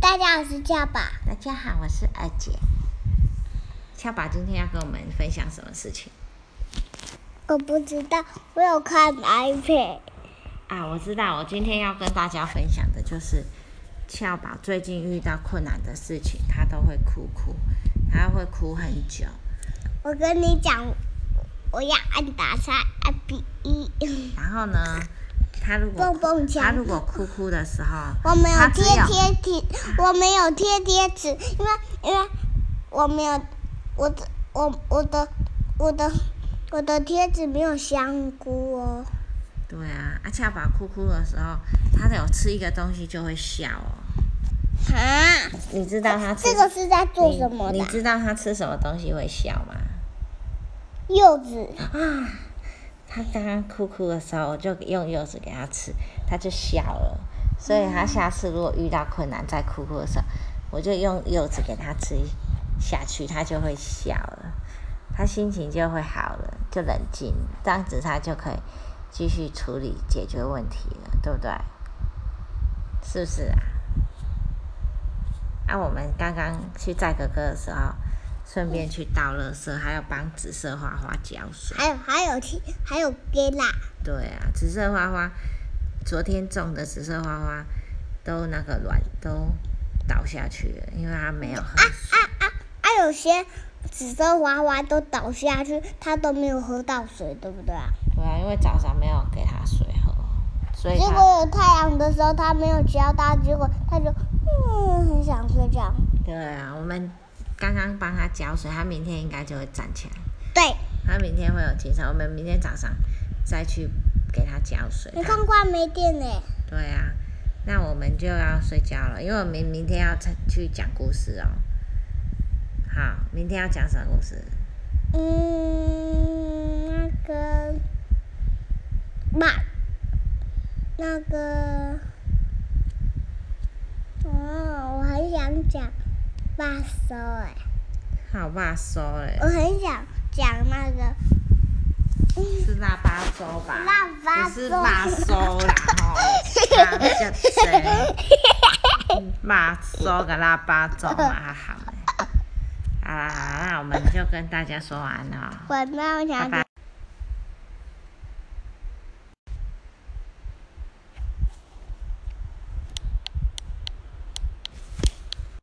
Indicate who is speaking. Speaker 1: 大家好，我是叫吧。
Speaker 2: 大家好，我是二姐。俏宝今天要跟我们分享什么事情
Speaker 1: 我不知道，我有看 iPad。
Speaker 2: 啊？我知道，我今天要跟大家分享的就是俏宝最近遇到困难的事情，他都会哭哭，他会哭很久。
Speaker 1: 我跟你讲，我要按打叉，按比一。
Speaker 2: 然后呢，他如果
Speaker 1: 蹦蹦
Speaker 2: 他
Speaker 1: 墙
Speaker 2: 如果哭哭的时候，
Speaker 1: 我没有
Speaker 2: 他只
Speaker 1: 贴贴贴，我没有贴贴纸，因为因为我没有我的我我的我的我的贴纸没有香菇哦。
Speaker 2: 对啊，啊俏宝哭哭的时候，他有吃一个东西就会笑哦。
Speaker 1: 啊，
Speaker 2: 你知道他吃
Speaker 1: 这个是在做什么
Speaker 2: 你？
Speaker 1: 的
Speaker 2: 你
Speaker 1: 啊？
Speaker 2: 知道他吃什么东西会笑吗？
Speaker 1: 柚子。
Speaker 2: 啊，他刚刚哭哭的时候，我就用柚子给他吃，他就笑了。所以他下次如果遇到困难再哭哭的时候，我就用柚子给他吃下去，他就会笑了，他心情就会好了，就冷静，这样子他就可以继续处理解决问题了，对不对？是不是啊？啊，我们刚刚去载哥哥的时候，顺便去倒垃圾，还有帮紫色花花浇水。
Speaker 1: 还有还有贴还有给啦，
Speaker 2: 对啊，紫色花花，昨天种的紫色花花都那个卵都倒下去了，因为它没有喝水。
Speaker 1: 啊有些紫色娃娃都倒下去，它都没有喝到水，对不对啊？
Speaker 2: 对啊，因为早上没有给它水喝，所以
Speaker 1: 结
Speaker 2: 它
Speaker 1: 果有太阳的时候，它没有浇到，结果它就嗯很想睡觉。
Speaker 2: 对啊，我们刚刚帮它浇水，它明天应该就会站起来。
Speaker 1: 对，
Speaker 2: 它明天会有精神，我们明天早上再去给它浇水。
Speaker 1: 你
Speaker 2: 它
Speaker 1: 看快没电嘞，
Speaker 2: 对啊，那我们就要睡觉了，因为我们明天要去讲故事哦。好，明天要讲什么故事？
Speaker 1: 嗯，那个马，那个，哦，我很想讲把手哎。
Speaker 2: 好吧，收嘞
Speaker 1: 我，很想讲那个
Speaker 2: 是腊八粥吧？
Speaker 1: 腊八
Speaker 2: 不是
Speaker 1: 粥，
Speaker 2: 腊粥啦，吼，啊这谁？嗯腊粥跟腊八粥嘛，还好嘞。好啦好啦，那我们就跟大家说完了哦，
Speaker 1: 我那我
Speaker 2: 拜
Speaker 1: 想
Speaker 2: 拜。